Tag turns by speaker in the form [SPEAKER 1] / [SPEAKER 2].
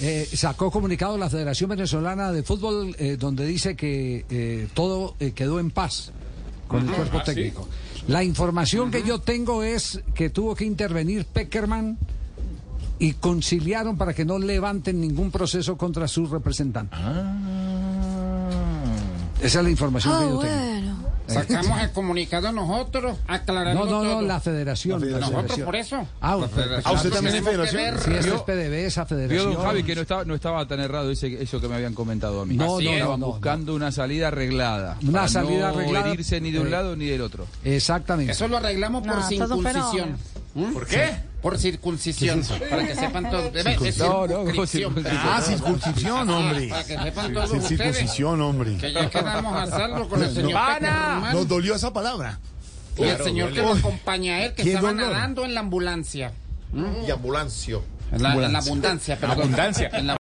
[SPEAKER 1] Eh, sacó comunicado la Federación Venezolana de Fútbol eh, donde dice que eh, todo quedó en paz con el cuerpo
[SPEAKER 2] Ah, sí.
[SPEAKER 1] técnico. La información que yo tengo es que tuvo que intervenir Peckerman y conciliaron para que no levanten ningún proceso contra sus representantes. Esa es la información que yo tengo.
[SPEAKER 2] Sacamos el comunicado nosotros, aclarando
[SPEAKER 1] No, no, no,
[SPEAKER 2] todo.
[SPEAKER 1] la federación. la
[SPEAKER 2] Nosotros,
[SPEAKER 1] federación.
[SPEAKER 2] por eso.
[SPEAKER 1] Ah,
[SPEAKER 2] La
[SPEAKER 1] perfecto.
[SPEAKER 2] federación.
[SPEAKER 1] Ah, usted
[SPEAKER 3] también es
[SPEAKER 2] Tenemos que
[SPEAKER 3] federación.
[SPEAKER 1] Si
[SPEAKER 2] ver-
[SPEAKER 1] este
[SPEAKER 4] Vio-
[SPEAKER 1] es PDB, esa
[SPEAKER 4] Vio
[SPEAKER 1] federación.
[SPEAKER 4] don Javi que no estaba, no estaba tan errado ese, eso que me habían comentado a mí.
[SPEAKER 1] No,
[SPEAKER 2] Así
[SPEAKER 1] no,
[SPEAKER 2] es.
[SPEAKER 1] no,
[SPEAKER 4] Estaban
[SPEAKER 1] no, no.
[SPEAKER 4] buscando una salida arreglada.
[SPEAKER 1] Una
[SPEAKER 4] para
[SPEAKER 1] salida
[SPEAKER 4] no
[SPEAKER 1] arreglada.
[SPEAKER 4] herirse ni de un
[SPEAKER 1] Eh.
[SPEAKER 4] lado ni del otro.
[SPEAKER 1] Exactamente.
[SPEAKER 2] Eso lo arreglamos por
[SPEAKER 5] No, eso es un
[SPEAKER 2] circuncisión. ¿Por qué? Por circuncisión, para que sepan todos. Debe- es
[SPEAKER 4] No, no,
[SPEAKER 2] circunscripción.
[SPEAKER 4] circuncisión.
[SPEAKER 3] Ah, circuncisión, hombre.
[SPEAKER 2] Para que sepan todos
[SPEAKER 3] Sí,
[SPEAKER 2] ustedes
[SPEAKER 3] circuncisión, hombre.
[SPEAKER 2] que ya quedamos a salvo con el
[SPEAKER 3] No,
[SPEAKER 2] señor
[SPEAKER 3] no.
[SPEAKER 2] Peckerman
[SPEAKER 3] Nos dolió esa palabra.
[SPEAKER 2] y el señor que lo acompaña a él, que
[SPEAKER 3] Qué
[SPEAKER 2] estaba
[SPEAKER 3] dolor.
[SPEAKER 2] nadando en la ambulancia.
[SPEAKER 6] Y ambulancio.
[SPEAKER 2] En la, en la abundancia, perdón.
[SPEAKER 7] Abundancia.
[SPEAKER 2] En la